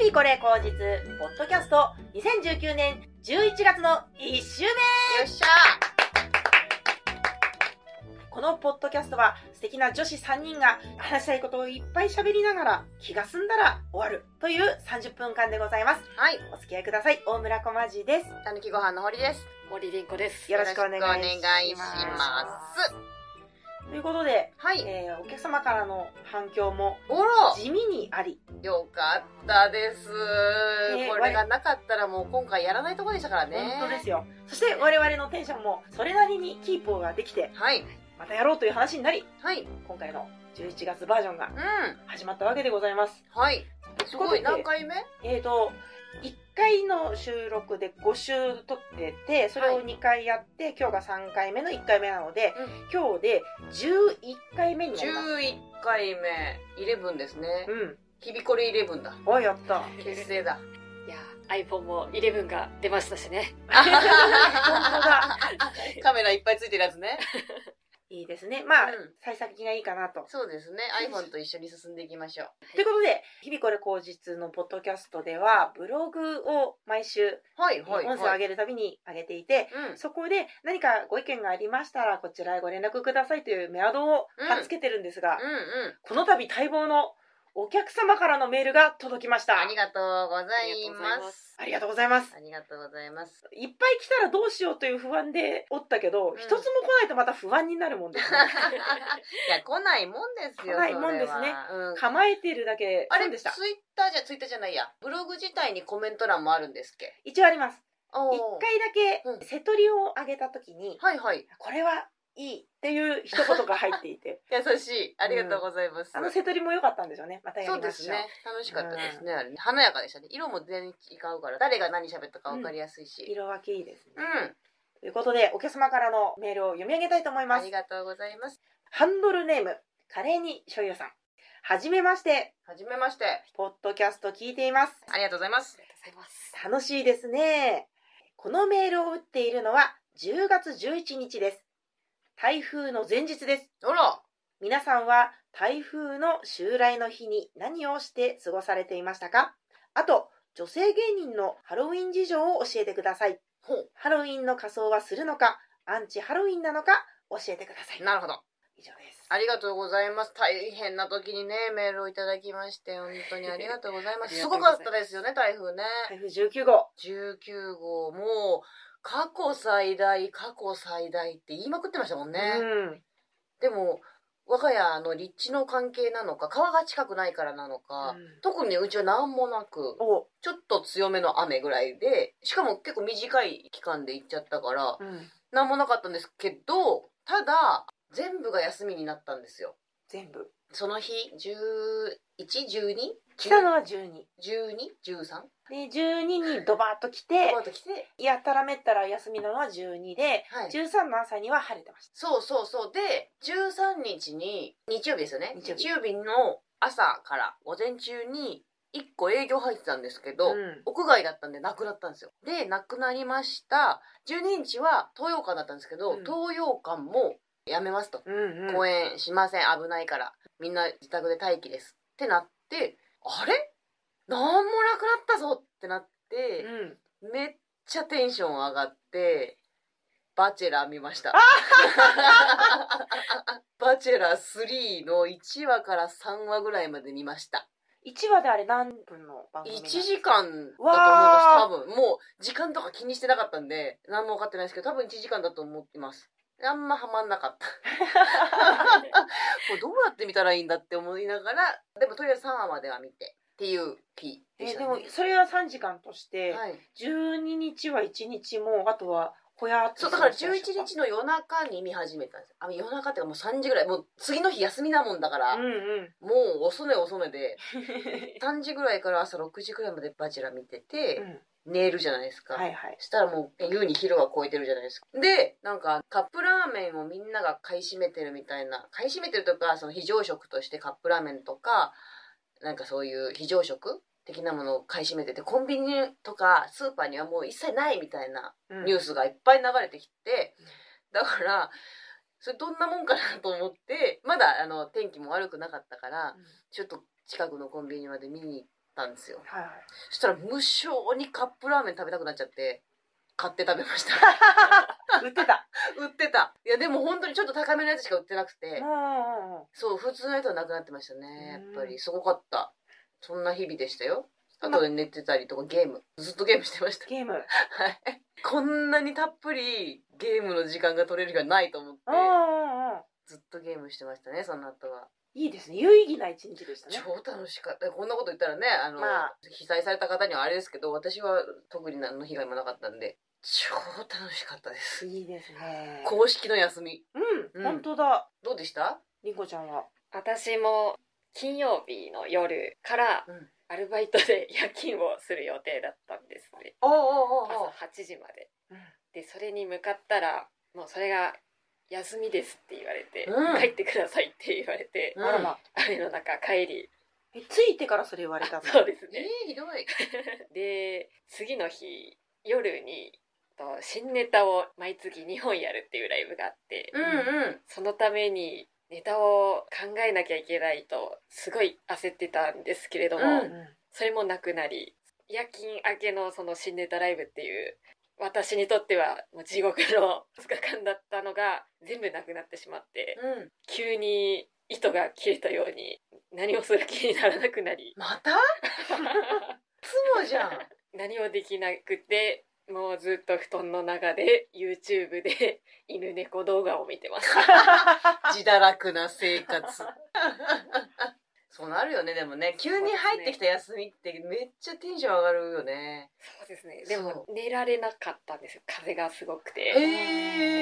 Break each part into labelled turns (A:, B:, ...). A: リコレ口実、ポッドキャスト、2019年11月の1週目
B: っしゃ
A: このポッドキャストは素敵な女子3人が話したいことをいっぱい喋りながら気が済んだら終わるという30分間でございます。
B: はい、
A: お付き合いください。大村小まじです。
B: たぬきご飯の堀です。
C: 森凛子です。
A: よろしくお願いします
B: よろくお願いします
A: ということで、
B: はい、
A: えーお客様からの反響も
B: おろ
A: 地味にあり、
B: よかったです、
A: ね
B: これがなかったらもう今回やらないとこでしたからね。
A: 本当ですよ。そして我々のテンションもそれなりにキープができて、
B: はい、
A: またやろうという話になり、
B: はい、
A: 今回の11月バージョンが
B: うん、
A: 始まったわけでございます。
B: はい。すご
A: とう
B: い、
A: ことで
B: 何回目
A: えーと、1回の収録で5週撮ってて、それを2回やって、今日が3回目の1回目なので、今日で11回目になります。
B: ?11 回目、11ですね
A: う。ん。
B: ひびこれ11だ。
A: おい、や った。
B: 結成だ。
C: いや、iPhone も11が出ましたしね。
A: 本当だ。
B: カメラいっぱいついてるやつね。
A: いいですね。まあ、
B: うん
A: 幸先がいいかなと。
B: そうですね。iPhone と一緒に進んでいきましょう。
A: ということで、日々これ口実のポッドキャストでは、ブログを毎週、
B: はい、はい、
A: 音声を
B: は
A: 上
B: い。
A: げるたびに上げていて、
B: うん、
A: そこで何かご意見がありましたら、こちらへご連絡くださいというメアドを貼っつけてるんですが、
B: うん、うん。
A: この度待望のお客様からのメールが届きました。
B: ありがとうございます。
A: ありがとうございます。
B: ありがとうございます。
A: いっぱい来たらどうしようという不安でおったけど、
B: ん
A: 一つも来ないとまた不安になるもんです ね。
B: いや、来ないもんですよ。
A: 来ないもんですね
B: それはうん
A: 構えてるだけ、
B: あ
A: そ
B: れ、
A: う
B: ツイ
A: で
B: ッ
A: した。
B: ターじゃ、ツイッターじゃないや。ブログ自体にコメント欄もあるんですっけ
A: 一応あります。
B: お
A: 一回だけ
B: うん
A: 瀬取りをあげた時に、
B: 回。はいはい。
A: これはいいっていう一言が入ってい て、
B: 優しい。ありがとうございます。
A: あの瀬取りも良かったんでしょうね。またや
B: そ
A: り
B: う
A: ま
B: で
A: し
B: す
A: ょう。
B: ね。楽しかったですね、あれね。華やかでしたね。色も全然違うから、誰が何喋ったか分かりやすいし。
A: 色分けいいですね。
B: うん。
A: ということで、お客様からのメールを読み上げたいと思いま
B: あ
A: す
B: り。がとうございます。
A: ハンドルネーム、カレーにしょゆさん。はじめまして、
B: はじめまして。
A: ポッドキャスト聞いています。
B: ありがとうございます
C: あ。りがとうございます。
A: 楽しいですね。このメールを打っているのは10月11日です。台風の前日です。
B: あら。
A: 皆さんは台風の襲来の日に何をして過ごされていましたかあと、女性芸人のハロウィン事情を教えてください。
B: ほう。
A: ハロウィンの仮装はするのか、アンチハロウィンなのか教えてください。
B: なるほど。
A: 以上です。
B: ありがとうございます。大変な時にね、メールをいただきまして、本当にありがとうございます。
C: あり
B: す
C: がとうご
B: ご
C: ざい
B: か
C: ます
B: ったですよね、台風ね。
A: 台風19号。
B: 19号、もう、過去最大、過去最大って言いまくってましたもんね。
A: うん。
B: でも、我が家の立地の関係なのか、川が近くないからなのか、
A: うん
B: 特にうちは何もなく、
A: お、
B: ちょっと強めの雨ぐらいで、しかも結構短い期間で行っちゃったから、
A: うん、
B: 何もなかったんですけど、ただ、全部が休みになったんですよ。
A: 全部。
B: その日、11?12?12?13?
A: 来たのは12。で、12にドバーッと来て、
B: また来て。
A: やたらめったら休みなのは12で、
B: はい。
A: 13の朝には晴れてまし
B: そうそうそう。で、13日に、日曜日ですよね。
A: 日
B: 日
A: 曜
B: 曜
A: 日
B: 日の朝から午前中に、1個営業入ってたんですけ
A: た。
B: ど、
A: ん。
B: 屋外だったんでなくなったんですよ。で、なくなりました。12日は東洋館だったんですけど、
A: うん
B: 東洋館もやめますと。
A: うん、うん。
B: 公演しません危ないからみんな自宅で待機ですってなってあれなんもなくなったぞってなって、
A: うん。
B: めっちゃテンション上がってバチェラー見ま したバチェラー3の1話から3話ぐらいまで見ました
A: 1話であれ何分の番組
B: 1
A: なの
B: 時間だと思い
A: わあ
B: ます多分もう時間とか気にしてなかったんで何も分かってないですけど多分1時間だと思ってますあんまハマんな かったこれどうやって見たらいいんだって思いながらでもとりあえず3話までは見てっていう日で
A: え
B: し
A: ー
B: た
A: で
B: ね、
A: も、それは3時間として、
B: はい、
A: 12日は1日も、あとは、ほやっと
B: そうだから
A: 過ご
B: 11
A: してました
B: 日の夜中に見始めたんですあ夜中っていうかもう3時ぐらいもう次の日休みだもんだから、
A: うんうん。
B: もう遅ね遅ね で3時ぐらいから朝6時ぐらいまでバチェラ見てて、
A: うん
B: 寝るじゃないですか、
A: はいはい。
B: したらもう優に昼は超えてるじゃないですか。で、なんかカップラーメンをみんなが買い占めてるみたいな、買い占めてるとか、その非常食としてカップラーメンとか、なんかそういう非常食的なものを買い占めてて、コンビニとかスーパーにはもう一切ないみたいな
A: うん
B: ニュースがいっぱい流れてきて、だから、それどんなもんかなと思って、まだあの天気も悪くなかったから、ちょっと近くのコンビニまで見に行っったんですよ
A: はいはい
B: そしたら無性にカップラーメン食べたくなっちゃって買って食 べました
A: 売って た。
B: 売ってたいやでも本当にちょっと高めのやつしか売ってなくて
A: うんうんうんうん。
B: そう普通のやつはなくなってましたねやっ
A: うん
B: ぱりすごかったそんな日々でしたよあとで寝てたりとかゲームずっとゲームしてました
A: ゲーム。
B: はいこんなにたっぷりゲームの時間が取れる日はないと思って
A: うんうんうん。
B: ずっとゲームしてましたねその後は、
A: いいですね。有意義な一日でしたね。
B: 超楽しかったこんなこと言ったらねあの、
A: まあ
B: 被災された方にはあれですけど私は特に何の被害もなかったんで超楽しかったです
A: いいですね。
B: 公式の休み
A: う、
B: うんん
A: 本当だ。
B: どうでした
A: りんこちゃんは。
C: 私も金曜日の夜から
B: うん
C: アルバイトで夜勤をする予定だったんですね。
B: おうおう
C: 朝8時まで
A: うん。
C: でそれに向かったらもうそれが休みですって言われて、
B: うん
C: 帰ってくださいって言われて、
B: うん
A: あらま。
C: 雨の中帰り
A: え、ついてからそれ言われたの。
C: そうです
B: え
C: ね
B: ー、ひどい
C: で次の日夜にと新ネタを毎月2本やるっていうライブがあって、
B: うんうん
C: そのためにネタを考えなきゃいけないとすごい焦ってたんですけれども、
B: うん
A: う ん
C: それもなくなり夜勤明けのその新ネタライブっていう私にとってはもう地獄の2日間だったのが全部なくなってしまって
B: うん
C: 急に糸が切れたように何をする気にならなくなり
B: またいつもじ ゃん
C: 何もできなくてもうずっと布団の中で YouTube で犬猫動画を見てました
B: 自堕落な生活そうなるよねでもね急に入ってきた休みってめっちゃテンション上がるよね
C: そうですねでも
B: そ
C: 寝られなかったんですよ風がすごく
B: へ
C: て、で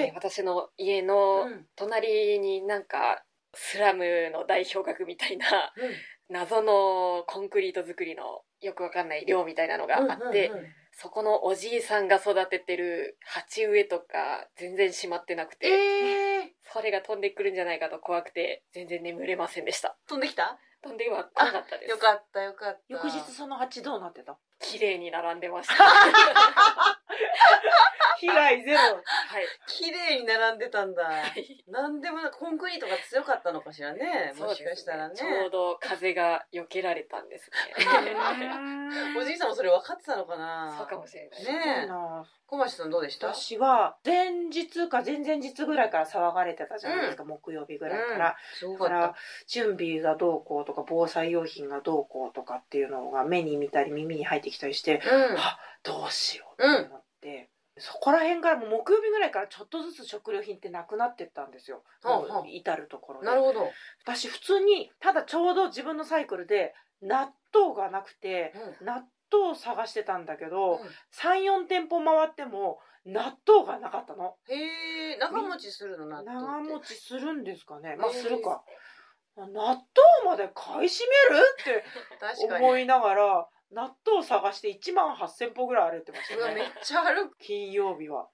B: え
C: 私の家の隣になんかスラムの代表格みたいな謎のコンクリート作りのよくわかんない寮みたいなのがあって、そこのおじいさんが育ててる鉢植えとか全然しまってなくて、
B: ええ
C: それが飛んでくるんじゃないかと怖くて全然眠れませんでした
B: 飛んできた
C: 飛んでは来なかったです
B: よかったよかった
A: 翌日その蜂どうなってた。
C: 綺麗に並んで ました
A: 被害ゼロ。
C: はい
B: 綺麗に並んでたんだなんでもなコンクリートが強かったのかしらね
C: そう
B: も
C: です
B: しかしたらね
C: ちょうど風が避けられたんです ね
B: おじいさんもそれ分かってたのかな
C: そうかもしれない
B: ね
A: いいな
B: 小橋さんどうでした
A: 私は前日か前々日ぐらいから騒がれてたじゃないですか、木曜日ぐらいから、
B: うんすごか
A: だ
B: っ
A: から
B: た
A: 準備がどうこうとか防災用品がどうこうとかっていうのが目に見たり耳に入ってきたりしてどうしようって思って、そこら辺からもう木曜日ぐらいからちょっとずつ食料品ってなくなってったんですよ、
B: はあはあ
A: もう至る所
B: うん
A: で
B: なるほど
A: 私普通にただちょうど自分のサイクルで納豆がなくて
B: うん
A: 納豆を探してたんだけど、
B: うん
A: 34店舗回っても納豆がなかったの
B: へえ長持ちするの納豆
A: 長持ち
B: ち
A: するんですかねまあ
B: ね
A: するか納豆まで買い占めるって
B: 確かに
A: 思いながら納豆を探して1万8,000歩ぐらい歩いてまし
B: う
A: た
B: わめっ
A: ね
B: ちゃ歩く
A: 金曜日は。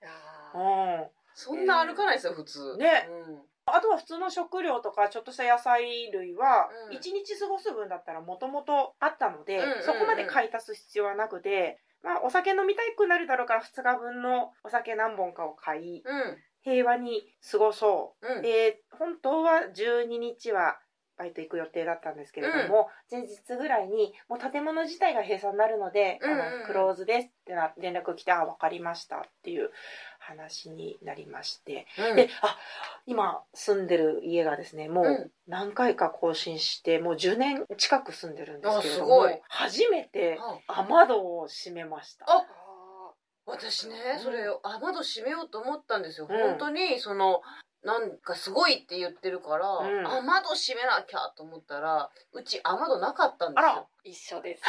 C: あ
A: う
C: ー
A: ん、
B: そんな歩かないですよ普通
A: ね
B: うん
A: あとは普通の食料とかちょっとした野菜類は
B: うん
A: 1日過ごす分だったらもともとあったので、
B: うんうんうん
A: そこまで買い足す必要はなくて、まあ、お酒飲みたくなるだろうから2日分のお酒何本かを買い
B: うん
A: 平和に過ごそう
B: うん
A: で本当は12日はバイト行く予定だったんですけれども、前日ぐらいにもう建物自体が閉鎖になるので、
B: うんうんうん
A: あのクローズですってな連絡来てあ分かりましたっていう話になりまして、
B: うん
A: であ今住んでる家がですねも
B: う
A: うん何回か更新してもう10年近く住んでるんですけれど
B: あすご
A: も
B: い
A: 初めて
B: あ
A: 雨戸を閉めました。
B: あ
C: あ
B: 私ね
A: うん
B: それ雨戸閉めようと思ったんですよ、
A: うん
B: 本当にそのなんかすごいって言ってるから、
A: うん
B: 雨戸閉めなきゃと思ったらうち雨戸なかったんで
A: あ
B: す
A: ら
B: よ
C: ー一緒です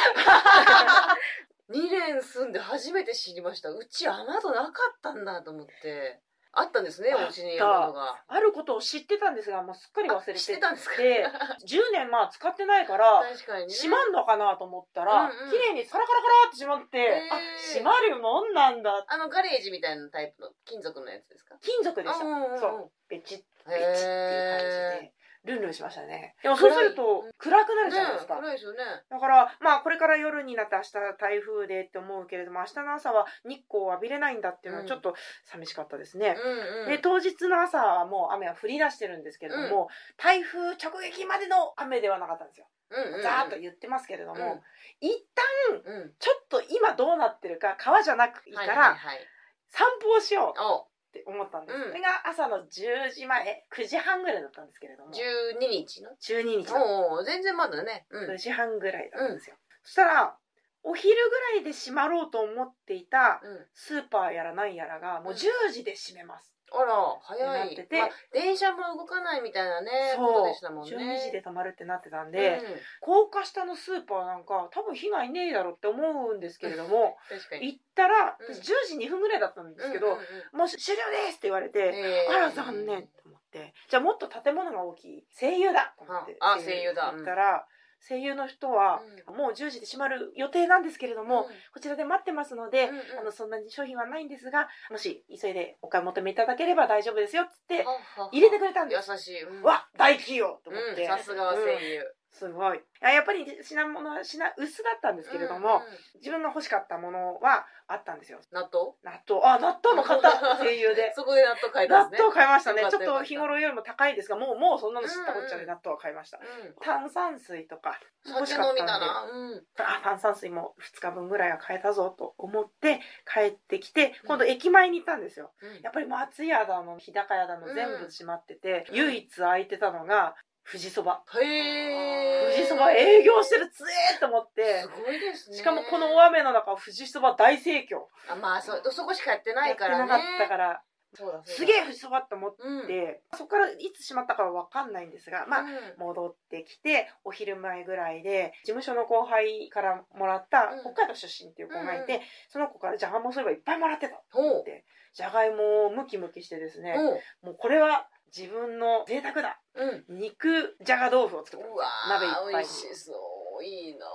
B: 2年住んで初めて知りましたうち雨戸なかったんだと思ってあったんですね
A: あった
B: お家に雨戸が
A: あることを知ってたんですがもうすっかり忘れ
B: あ
A: て
B: しててたんですか
A: 10年まあ使ってない から
B: 確かにね
A: 閉まんのかなと思ったら、
B: うんうん
A: 綺麗にサラカラカラって閉まって、
B: へー
A: あ閉まるもんなんだ
B: あのガレージみたいなタイプの金属のやつですか
A: 金属でした、
B: あうんうんうん
A: そうベチッベチッっていう感じで、ルンルンしましたねでもそうすると暗くなるじゃないですか、
B: ね暗いですよね
A: だからまあこれから夜になって明日台風でって思うけれども明日の朝は日光を浴びれないんだっていうのはちょっと寂しかったですね、
B: うんうん
A: で当日の朝はもう雨は降り出してるんですけれども、台風直撃までの雨ではなかったんですよ
B: うんうん
A: ざーっと言ってますけれども、
B: うん
A: 一旦
B: うんうん
A: ちょっと今どうなってるか川じゃなくいいか
B: はい
A: ら
B: はいはい
A: 散歩をしよう
B: お
A: って思ったんです、
B: うん
A: それが朝の10時前9時半ぐらいだったんですけれども
B: 12日の
A: 12日の
B: おう全然まだねうん
A: 9時半ぐらいだったんですよ、そしたらお昼ぐらいで閉まろうと思っていた
B: うん
A: スーパーやらなんやらがもう10時で閉めます、
B: あら早
A: ってなって
B: い
A: て
B: まあ電車も動かないみたいなね
A: そう
B: ことでしたもんね
A: 12時で止まるってなってたん
B: うん
A: で、高架下のスーパーなんか多分被害ねえだろって思うんですけれども
B: 確かに
A: 行ったら
B: うん
A: 10時2分ぐらいだったんですけど、
B: うんうんうん
A: もう終了ですって言われて、
B: えー
A: あら残念と思ってじゃあもっと建物が大きい声優だと思って
B: ああ声優だ
A: 行ったら、声優の人は、もう10時で閉まる予定なんですけれども、こちらで待ってますので、
B: うんうん
A: あのそんなに商品はないんですがもし急いでお買い求めいただければ大丈夫ですよっつって
B: ははは
A: 入れてくれたんです
B: 優しいうん
A: わ大企業と思っ
B: う
A: て、
B: んさすがは声優
A: すごいあやっぱり品物は品薄だったんですけれども、
B: うんうん
A: 自分が欲しかったものはあったんですよ
B: 納豆
A: 納豆あ納豆も買っ た声優で
B: そこで納豆買えた
A: 納
B: んですね
A: 豆買いましたね
B: よかっ
A: ち
B: た
A: ょっと日頃よりも高いですがもうもうそんなの知ったこっちゃ
B: うん
A: で
B: うん
A: 納豆は買いました、
B: うん
A: 炭酸水とか欲しかっ
B: 酒飲み
A: た
B: だ
A: んで
B: なうん
A: あ炭酸水も2日分ぐらいは買えたぞと思って帰ってきて今度駅前に行ったんですよやっぱり松屋だの日高屋だの
B: うん
A: 全部閉まってて、
B: うん
A: 唯一空いてたのが富士そば
B: へえ
A: 富士そば営業してるつえーと思って
B: すごいですね
A: しかもこの大雨の中富士そば大盛況
B: あまあそうそこしかやってな
A: や
B: い
A: って
B: から
A: な
B: ね
A: かったから
B: そうだそうだ
A: すげえ富士そばって思っ
B: うん
A: てそこからいつ閉まったかは分かんないんですがまあ
B: うん
A: 戻ってきてお昼前ぐらいで事務所の後輩からもらった
B: うん
A: 北海道出身っていう子がいて、
B: うん
A: その子からじゃがいもそういえばいっぱいもらってたと
B: ほう
A: 思ってじゃがいもをムキムキしてですね、
B: おう
A: もうこれは自分の贅沢だ
B: うん
A: 肉じゃが豆腐を作った
B: うわー
A: 鍋いっぱいに
B: 美味しそういいなぁ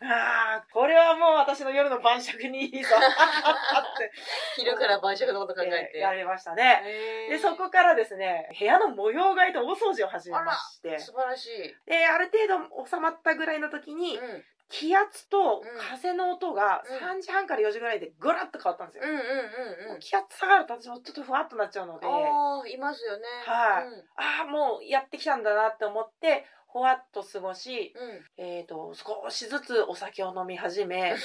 A: あーこれはもう私の夜の晩酌にいい ぞっ
B: 昼から晩酌のこと考え
A: てや
B: て
A: りましたね
B: へー
A: でそこからですね部屋の模様替えとお掃除を始めまして
B: 素晴らしい
A: である程度収まったぐらいの時に、
B: うん
A: 気圧と風の音が
B: う
A: 3時半から4時ぐらいでぐらっと変わったんですよ
B: う、んうんうん
A: も
B: う
A: うん気圧下がると私もちょっとふわっとなっちゃうのであ
B: ああいますよね
A: はい
B: うん
A: あーもうやってきたんだなって思ってほわっと過ごし、
B: うん
A: えー、と少しずつお酒を飲み始 め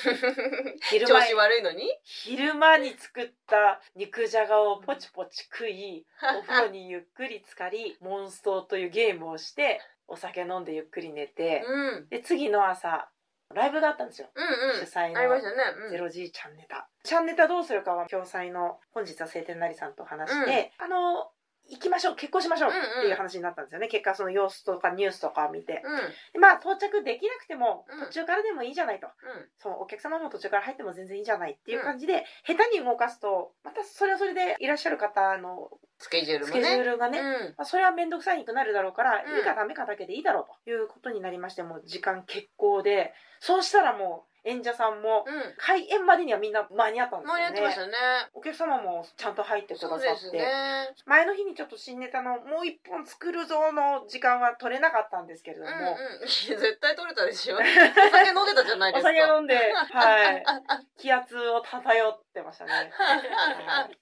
A: 昼
B: 調
A: 間
B: 子悪いのに
A: 昼間に作った肉じゃがをポチポチ食いお風呂にゆっくり浸かりモンストというゲームをしてお酒飲んでゆっくり寝て
B: うんうん
A: で次の朝ライブがあったんですよ、
B: うん
A: 主催の
B: ありましたねうん
A: ゼロ G チャンネタ。チャンネタどうするかは、共催の本日は晴天なりさんと話して、あの、行きましょう、結婚しましょう
B: うんうん
A: っていう話になったんですよね。結果、その様子とかニュースとかを見て。
B: うんうん
A: でまあ、到着できなくても
B: うん、
A: 途中からでもいいじゃないと。そのお客様も途中から入っても全然いいじゃないっていう感じで、下手に動かすと、またそれはそれでいらっしゃる方の
B: スケジュール
A: ス
B: も
A: ケジュー
B: ね
A: ルがね、
B: うん
A: まあ、それは面倒くさいくなるだろうから、
B: うん
A: いいかダメかだけでいいだろうということになりまして、もう時間結構で、そうしたらもう演者さんも、
B: うん
A: 開演までにはみんな間に合ったんです
B: 間に合
A: よ
B: ってまし
A: ね。
B: たね
A: お客様もちゃんと入ってくださ
B: そう
A: っ
B: です
A: て、
B: ね
A: 前の日にちょっと新ネタのもう一本作るぞの時間は取れなかったんですけれど
B: う
A: も、
B: んうん、絶対取れたでしょお酒飲んでたじゃないで
A: お
B: すか
A: 酒飲ん で、はい、気圧を漂ってましたね。 はい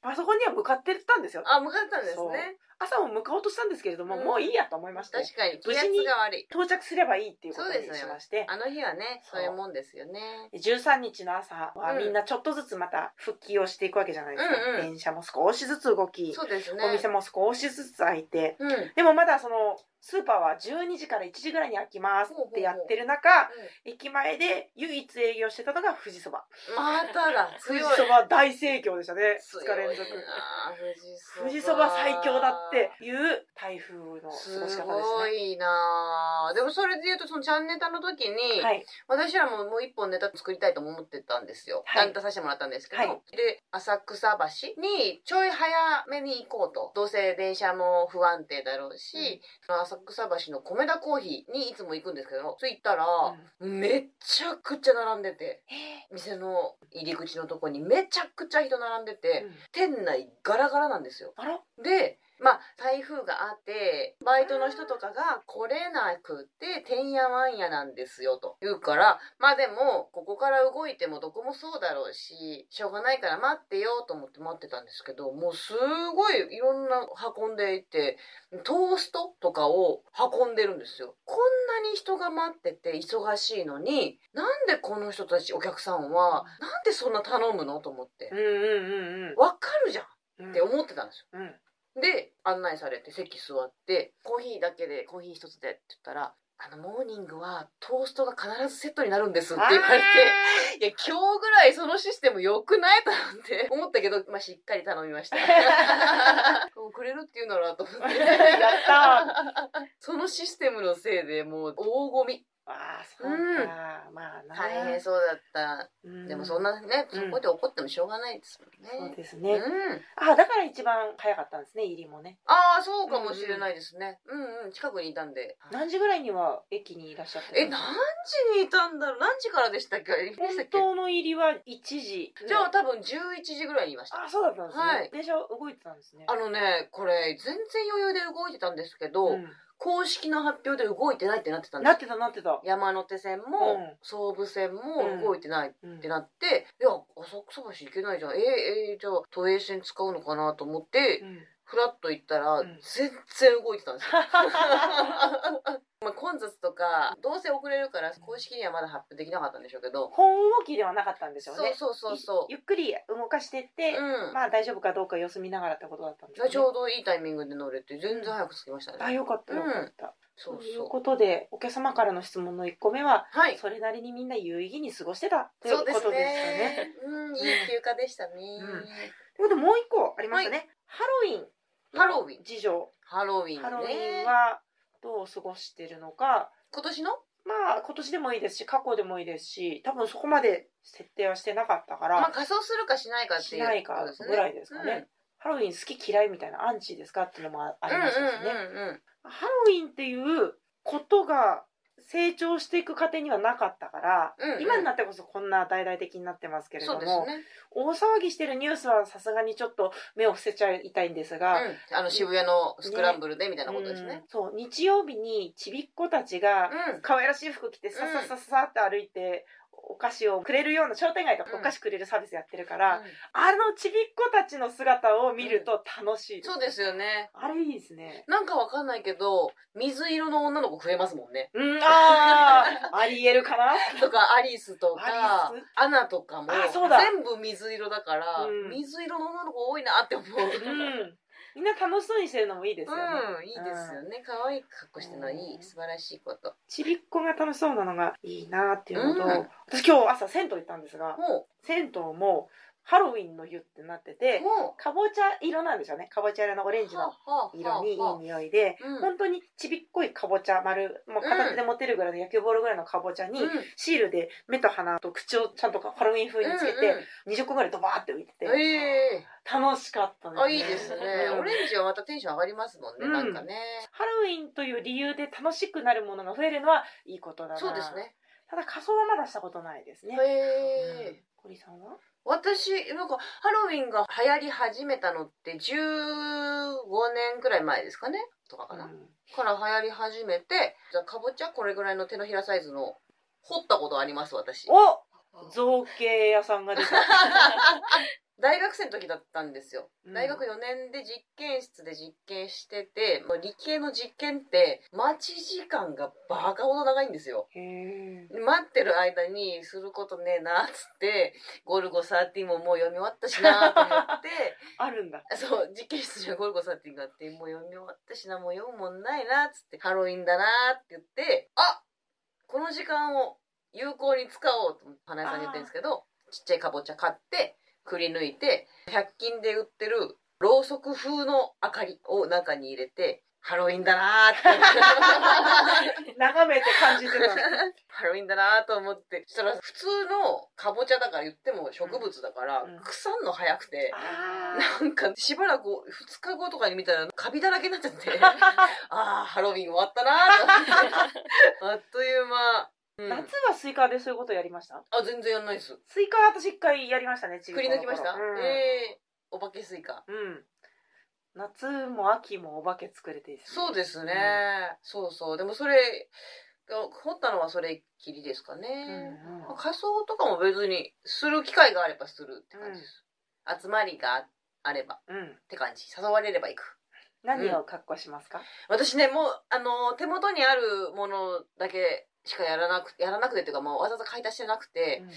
A: あそこには向かってったんですよ。
B: あ向かったんです
A: そう
B: ね
A: 朝も向かおうとしたんですけれども、
B: うん
A: もういいやと思いまして、
B: 確かに気
A: 無
B: 圧
A: 事に
B: が悪い
A: 到着すればいいっていうこと
B: そうで
A: に
B: す
A: し
B: よ
A: まして、
B: あの日はね
A: そ
B: そうういうもんですよね
A: 13日の朝は
B: うん
A: みんなちょっとずつまた復帰をしていくわけじゃないですか。
B: うんうん
A: 電車も少しずつ動き、
B: そうですね
A: お店も少しずつ開いて
B: うんうん
A: でもまだそのスーパーは12時から1時ぐらいに開きますってやってる中駅前で唯一営業してたのが富士そば
B: まただ
A: 富
B: 強い
A: 士そば大盛況でしたね2日連続
B: 強いな
A: 富士そば最強だっていう台風の過ごし
B: す
A: 方ですね
B: ごいなあでもそれで言うとそのチャンネタの時に、
A: はい
B: 私らももう一本ネタ作りたいと思ってたんですよ、
A: はい
B: チャンネタさせてもらったんですけど、
A: はい
B: で浅草橋にちょい早めに行こうとどうせ電車も不安定だろうし、
A: うん
B: その浅草橋の米田コーヒーにいつも行くんですけどそれ行ったら、めっちゃくちゃ並んでて店の入り口のとこにめちゃくちゃ人並んでて、
A: うん
B: 店内ガラガラなんですよ
A: あら
B: でまあ台風があってバイトの人とかが来れなくててんやわんやなんですよと言うからまあでもここから動いてもどこもそうだろうししょうがないから待ってよと思って待ってたんですけどもうすごいいろんな運んでいてトーストとかを運んでるんですよ。こんなに人が待ってて忙しいのになんでこの人たちお客さんはなんでそんな頼むのと思って
A: うんうんうん
B: わかるじゃん
A: うん
B: って思ってたんですよ。
A: うんうん
B: で案内されて席座って「コーヒーだけでコーヒー一つで」って言ったら「あのモーニングはトーストが必ずセットになるんです」って言われて「いや今日ぐらいそのシステム良くない?」と思って思ったけど、まあ、しっかり頼みました もうくれるって言うならと思っ
A: あー
B: て
A: や った
B: そのシステムのせいでもう大ごみ
A: ーあーそうか、まあな
B: 大変そうだった、
A: うん
B: でもそんなね
A: う
B: そ
A: ん
B: こで怒ってもしょうがないですもん
A: そう
B: ね、
A: です
B: うん
A: ね、あだから一番早かったんですね入りもね
B: ああそうかもしれないですねうんうん近くにいたんで
A: 何時ぐらいには駅にいらっしゃったんで
B: え、
A: すか
B: 何時にいたんだろう何時からでしたっけいましたっ
A: 本
B: け
A: 当の入りは1時
B: じゃあ多分11時ぐらいにいました。
A: あそうだったんですね、
B: はい
A: 電車動いてたんですね
B: あのね、これ全然余裕で動いてたんですけど、
A: う
B: 公式の発表で動いてないってなってたん
A: ん、
B: で
A: なっ
B: す
A: てたなってた、
B: 山手線も、
A: うん
B: 総武線
A: う
B: も
A: ん
B: 動いてない
A: うん
B: ってなって、いや、浅草橋行けないじゃん。えー、えーじゃあ都営線使うのかなと思って、
A: うん
B: ふらっと行ったら、
A: うん
B: 全然動いてたんで すよ。 まあ混雑とか、どうせ遅れるから公式にはまだ発表できなかったんでしょうけど、
A: 本動きではなかったんです
B: そ
A: よ
B: う
A: ね
B: そうそうそう。
A: ゆっくり動かしてって、
B: うん、
A: まあ大丈夫かどうか様子見ながらってことだったんです
B: ちょうどいいタイミングで乗れて全然早く着きましたね、
A: あよかったよかった、
B: そう
A: という
B: そう
A: ことでお客様からの質問の1個目は、
B: はい
A: それなりにみんな有意義に過ごしてたというこ
B: そう
A: と
B: で
A: です
B: す
A: かね
B: ねうんいい休暇でしたね、
A: んということでもう1個ありましたね、ハロウィン
B: ハロウィン
A: 事情
B: ハロウィン
A: ハ
B: ね
A: ロウィンはどう過ごしてるのか
B: 今年の
A: まあ今年でもいいですし過去でもいいですし多分そこまで設定はしてなかったから、
B: まあ仮装するかしないかって
A: し
B: いう
A: ないか
B: こと
A: ぐらいですかね、
B: うん
A: ハロウィン好き嫌いみたいなアンチですかっていうのもあありましたしね、
B: うんうんうんうん
A: ハロウィンっていうことが成長していく過程にはなかったから、
B: うんうん
A: 今になってこそこんな大々的になってますけれ
B: そ
A: ど
B: うです
A: も、
B: ね、
A: 大騒ぎしてるニュースはさすがにちょっと目を伏せちゃいたいんですが、
B: うん、あの渋谷のスクランブルでみたいなことですね
A: うんそう日曜日にちびっ子たちが
B: うん
A: 可愛らしい服着てさささささって歩いてお菓子をくれるような商店街とか
B: うん
A: お菓子くれるサービスやってるから、あのちびっ子たちの姿を見ると楽しい、
B: そうですよね
A: あれいいですね
B: なんかわかんないけど水色の女の子増えますもんね
A: うんあーありえるかな
B: とかアリスとか
A: アリス
B: アナとかも
A: あそうだ
B: 全部水色だから、
A: うん
B: 水色の女の子多いなって思う。
A: う
B: うん
A: んみんな楽しそうにしてるのもいいですよね、
B: いいですよね。可愛い格好してるのはいうい、
A: ん
B: 素晴らしいこと。
A: ちびっ子が楽しそうなのがいいなっていうのと、
B: うん
A: 私今日朝銭湯行ったんですが
B: も
A: 銭湯もハロウィンの湯ってなってて
B: う、も
A: かぼちゃ色なんですよねかぼちゃ色のオ
B: う、
A: レンジの
B: の
A: 色にいい匂いで本当にちびっこいかぼちゃ丸もう片手で持てるぐらいの野球ボールぐらいのかぼちゃにシールで目と鼻と口をちゃんとハロウィン風につけて20個ぐらいドバーって浮いてて
B: ええ
A: 楽しかった
B: あ、いいですね
A: う。ん
B: オレンジはまたテンション上がりますもんね、
A: うん
B: なんかね。
A: ハロウィンという理由で楽しくなるものが増えるのはいいことだな
B: そうですね。
A: ただ仮装はまだしたことないですね、う
B: へ
A: ん
B: え。
A: コリさんは
B: 私、なんか、ハロウィンが流行り始めたのって15年くらい前ですかねとかかな。
A: うん
B: から流行り始めてじゃあかぼちゃこれぐらいの手のひらサイズの掘ったことあります私
A: お造形屋さんが出た
B: 大学生の時だったんですよ、
A: うん
B: 大学4年で実験室で実験しててもう理系の実験って待ち時間がバカほど長いんですよ
A: へえ
B: 待ってる間にすることねえなっつって「ゴルゴ13」ももう読み終わったしなと思って
A: あるんだ
B: そう実験室にはゴルゴ13があってもう読み終わったしなもう読むもんないなっつってハロウィンだなって言ってあこの時間を有効に使おうと花屋さんに言ってるんですけどちっちゃいかぼちゃ買ってくり抜いて100均で売ってるろうそく風の明かりを中に入れてハロウィンだなーっ て
A: 眺めて感じて た
B: ハロウィンだなーと思ってそしたら普通のかぼちゃだから言っても植物だから
A: うんうん
B: 腐んの早くて。
A: あー
B: なんかしばらく2日後とかに見たらカビだらけになっちゃって ああハロウィン終わったな ーと思ってあっという間、うん
A: 夏はスイカでそういうことやりました
B: あ全然やんないです
A: スイカは私一回やりましたねちびっ
B: く
A: こ
B: り
A: の
B: 抜
A: 頃
B: きました、
A: うん
B: ええお化けスイカ
A: うん夏も秋もお化け作れていいです
B: そうですね、そうそうでもそれ掘ったのはそれっきりですかね、
A: うんうん
B: 仮装とかも別にする機会があればするって感じです、集まりがあればっ
A: うん、
B: て感じ誘われれば行く
A: 何を格好しますか、
B: 私ねもうあの手元にあるものだけしかやらなくやらなくてっていうかもうわざわざ買い足してなくて、
A: うん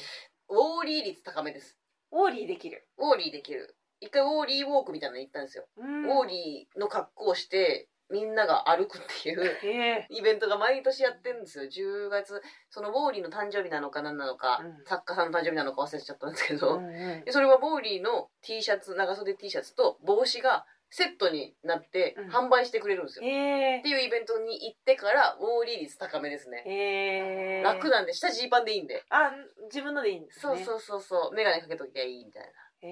B: ウォーリー率高めです
A: オーリーできる、
B: ウォーリーできる一回ウォーリーウォークみたいなの行ったんですよ、
A: うん
B: ウォーリーの格好をしてみんなが歩くっていう
A: へえ
B: イベントが毎年やってるんですよ10月そのウォーリーの誕生日なのか何なのか、
A: うん
B: 作家さんの誕生日なのか忘れちゃったんですけど、
A: うんうん
B: でそれはボーリーの T シャツ長袖 T シャツと帽子がセットになって
A: うん
B: 販売してくれるんですよ、
A: へえ
B: っていうイベントに行ってからウォーリー率高めですね、
A: へえ
B: 楽なんで下ジーパンでいいんで、
A: あ自分のでいいんです
B: そう
A: ねう
B: そうそうそう眼鏡かけときゃいいみたいな
A: へ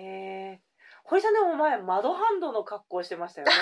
A: え堀さんでも前窓ハンドの格好してました よね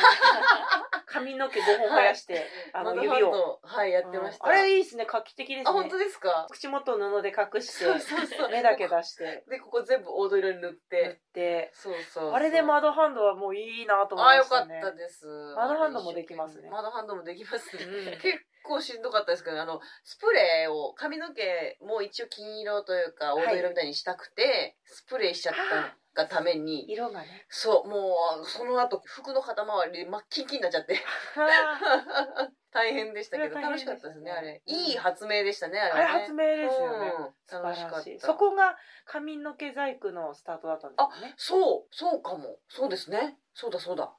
A: 髪の毛5本生やして、あの
B: 窓
A: 指を
B: ハンドはいやってました、
A: うんあれいいですね画期的ですね
B: あ本当ですか
A: 口元を布で隠して
B: そうそうそう
A: 目だけ出して
B: でここ全部黄土色に塗
A: 塗
B: っ、
A: ってて
B: そうそうそう
A: あれで窓ハンドはもういいなと思い
B: あ
A: ま
B: よ
A: し
B: か
A: た
B: っ
A: ね
B: たです
A: 窓ハンドもできますね
B: 窓ハンドもできますね
A: うん
B: 結構しんどかったですけどあのスプレーを髪の毛も一応金色というか黄
A: い
B: 土色みたいにしたくて、スプレーしちゃったがために
A: 色がね
B: そうもうその後服の肩周り真っキンキンになっちゃって
A: あ
B: 大変でしたけど
A: それは大
B: 楽し
A: 変
B: か
A: で
B: っ
A: したたね
B: ですねあれいい発明でしたねあれ
A: れ
B: はね
A: 発明ですよね、
B: うん、
A: 素
B: 楽し
A: 晴
B: からっ
A: しい
B: た
A: そこが髪の毛細工のスタートだったんですよね
B: そうそうかもそうですねそうだそうだ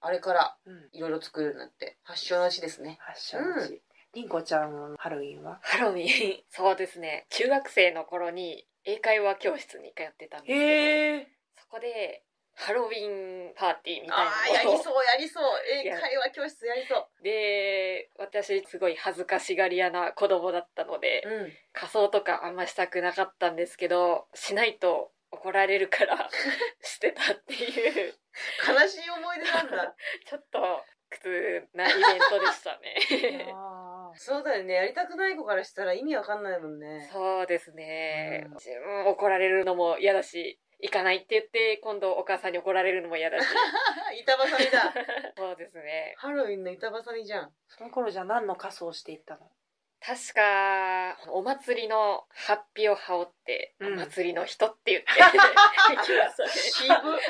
B: あれから
A: うん
B: いろいろ作るようになって発祥の地ですね
A: 発祥の地、りんこちゃんハロウィンは
C: ハロウィンそうですね中学生の頃に英会話教室に通ってたんですけど
A: へえ
C: そこでハロウィンパーティーみたい
B: ああーや
C: なの
B: り
C: を
B: そうやりそう英会話教室やりそう
C: で私すごい恥ずかしがり屋な子供だったので、
B: うん
C: 仮装とかあんましたくなかったんですけどしないと怒られるから してたっていう
B: 悲しい思い出なんだ
C: ちょっと苦痛なイベントでしたね
A: あー
B: そうだよねやりたくない子からしたら意味わかんないもんね
C: そうですね、
B: うん
C: 自分怒られるのも嫌だし行かないって言って今度お母さんに怒られるのも嫌だし
B: 板挟みだ
C: そうですね
B: ハロウィンの板挟みじゃん
A: その頃じゃあ何の仮装をしていったの
C: 確かお祭りのハッピを羽織って、
A: うん
C: お祭りの人って言って行きました
B: 渋
C: ね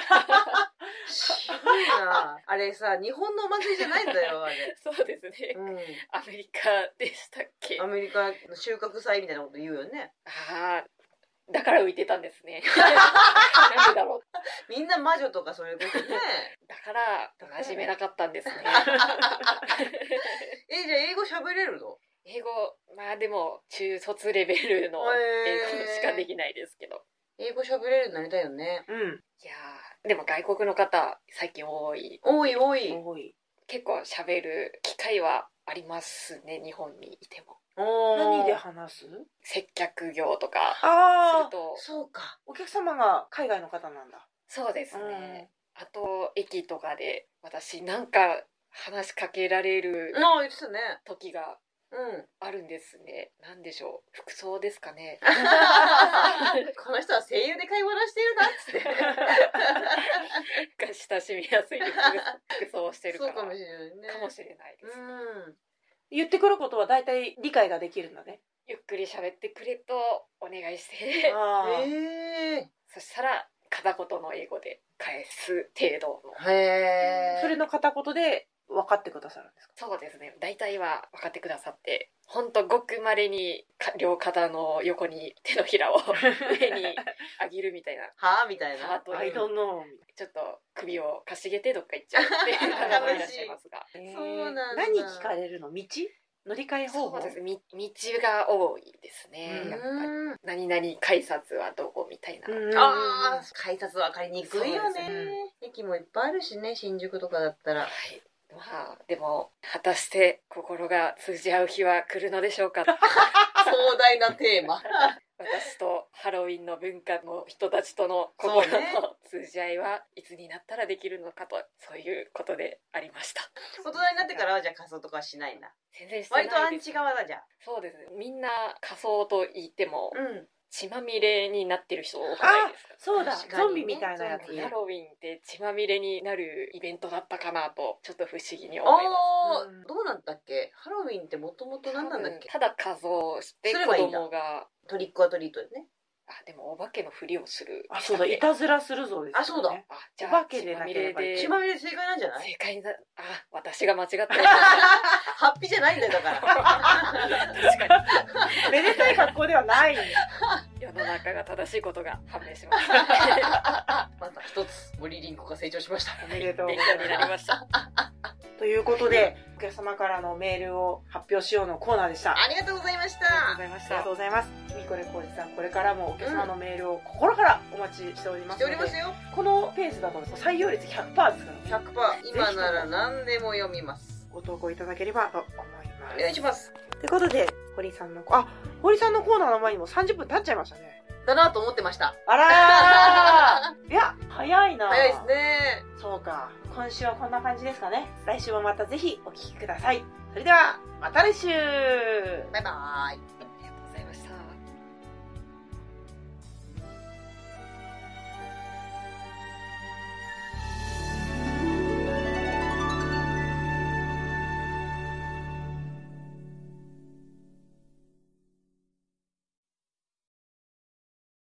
B: 渋いなあれさ日本のお祭りじゃないんだよあれ
C: そうですね、
B: う
C: アメリカでしたっけ
B: んアメリカの収穫祭みたいなこと言うよね
C: ああ、だから浮いてたんですね。なんでだろう。
B: みんな魔女とかそういうことね
C: だから、真面目なかったんですね。
B: えじゃあ英語喋れるの
C: 英語、まあでも、中卒レベルの英語しかできないですけど。
B: 英語喋れるようになりたいよね
A: うん
C: いやーでも外国の方、最近多い。
B: 多い多い
A: 多い
C: 結構喋る機会はありますね、日本にいても。
B: おー
A: 何で話す
C: 接客業とか、す
A: あ
C: る
A: あ
C: と、
B: そうか
A: お客様が海外の方なんだ
C: そうですね。あと、駅とかで、私なんか話しかけられる
B: ああ言ってたね
C: 時が
B: うん
C: あるんですね。なんでしょう。服装ですかね。
B: この人は声優で会話してるなっつって
C: が親しみやす い服服装をしてるか
B: そう
C: ら。
B: かもし
C: か
B: れないね
C: もしれないです。
B: うん
A: 言ってくることは大体理解ができるんだね
C: ゆっくり喋ってくれとお願いして、
A: あー
B: え
C: そしたら片言の英語で返す程度の。
B: ー、へえ
A: それの片言で分かってくださるんですか
C: そうですね。大体は分かってくださって、ほんとごくまれにか両肩の横に手のひ らを上に上げるみたいな。
B: はあみたい
C: はあ
B: な
C: と
A: I don't know
C: ちょっと首をかしげてどっか行っちゃうって いう方もいらっしゃいますが。
B: そうなんだ
A: えー何聞かれるの道乗り換え方
C: そう
A: 法
C: ですみ道が多いですね、
A: うん
C: やっぱり何々改札はどこみたいな、
A: うん
B: ああ改札分かりにくいよ
A: そうです
B: ね駅もいっぱいあるしね新宿とかだった
C: は
B: ら
C: いまあでも果たして心が通じ合う日は来るのでしょうか
B: 壮大なテーマ
C: 私とハロウィンの文化の人たちとの心
B: そうね
C: の通じ合いはいつになったらできるのかとそういうことでありました
B: 大人になってからはじゃあ仮装とかはしないんだ
C: 全然してない
B: 割
C: で
B: とアンチ
C: す
B: 側だじゃあ
C: そうですねみんな仮装と言っても
B: うん
C: 血まみれになってる人多くないですか
A: そうだ、
B: 確かにね
A: ゾンビみたいなやつ
B: ゾンビ
C: ハ
A: ね
C: ロウィンって血まみれになるイベントだったかなとちょっと不思議に思います
B: あ
A: うん
B: ーどうなんだっけハロウィンってもともと何なんだっけ
C: ただ仮装して
B: すれ
C: 子
B: ばいいんだ
C: 供が
B: トリックアトリートでね
C: あでもお化けのふりをする
A: あそうだ
C: で
A: い
C: したった
A: ずらするぞです、
B: あそうだ
C: けあじゃあ
A: お化けでなければいけない
C: 血
B: 血
C: ま
B: ま
C: みれ
B: みれで正解なんじゃない
C: 正解だあ私が間違ってる
B: ハッピーじゃないんだよだから
C: 確か
A: めでたい格好ではない
C: に世の中が正しいことが判明しました
B: また一つ森凛子が成長しました
A: おめでとうござ
C: 勉
A: い
C: 強に
A: ます
C: なりました
A: ということでお客様からのメールを発表しようのコーナーでしたあ
B: ありがとうございまし
C: ありがとう
B: た
C: ございまし
A: りがとうございます
C: た
A: みこれこうじさんこれからもお客様のメールを心からお待ちしております
B: してお
A: の
B: り
A: で、
B: ますよ
A: このペースだと採用率100%ですから
B: 100%今なら何でも読みます
A: ご投稿いただければと思いま
B: お願いします
A: すということで堀さんのあ堀さんのコーナーの前にも30分経っちゃいましたね
B: だなと思ってました
A: あら ーいや早いな
B: 早いですね
A: そうか今週はこんな感じですかね来週もまたぜひお聞きくださいそれではまた来週
B: バイバーイ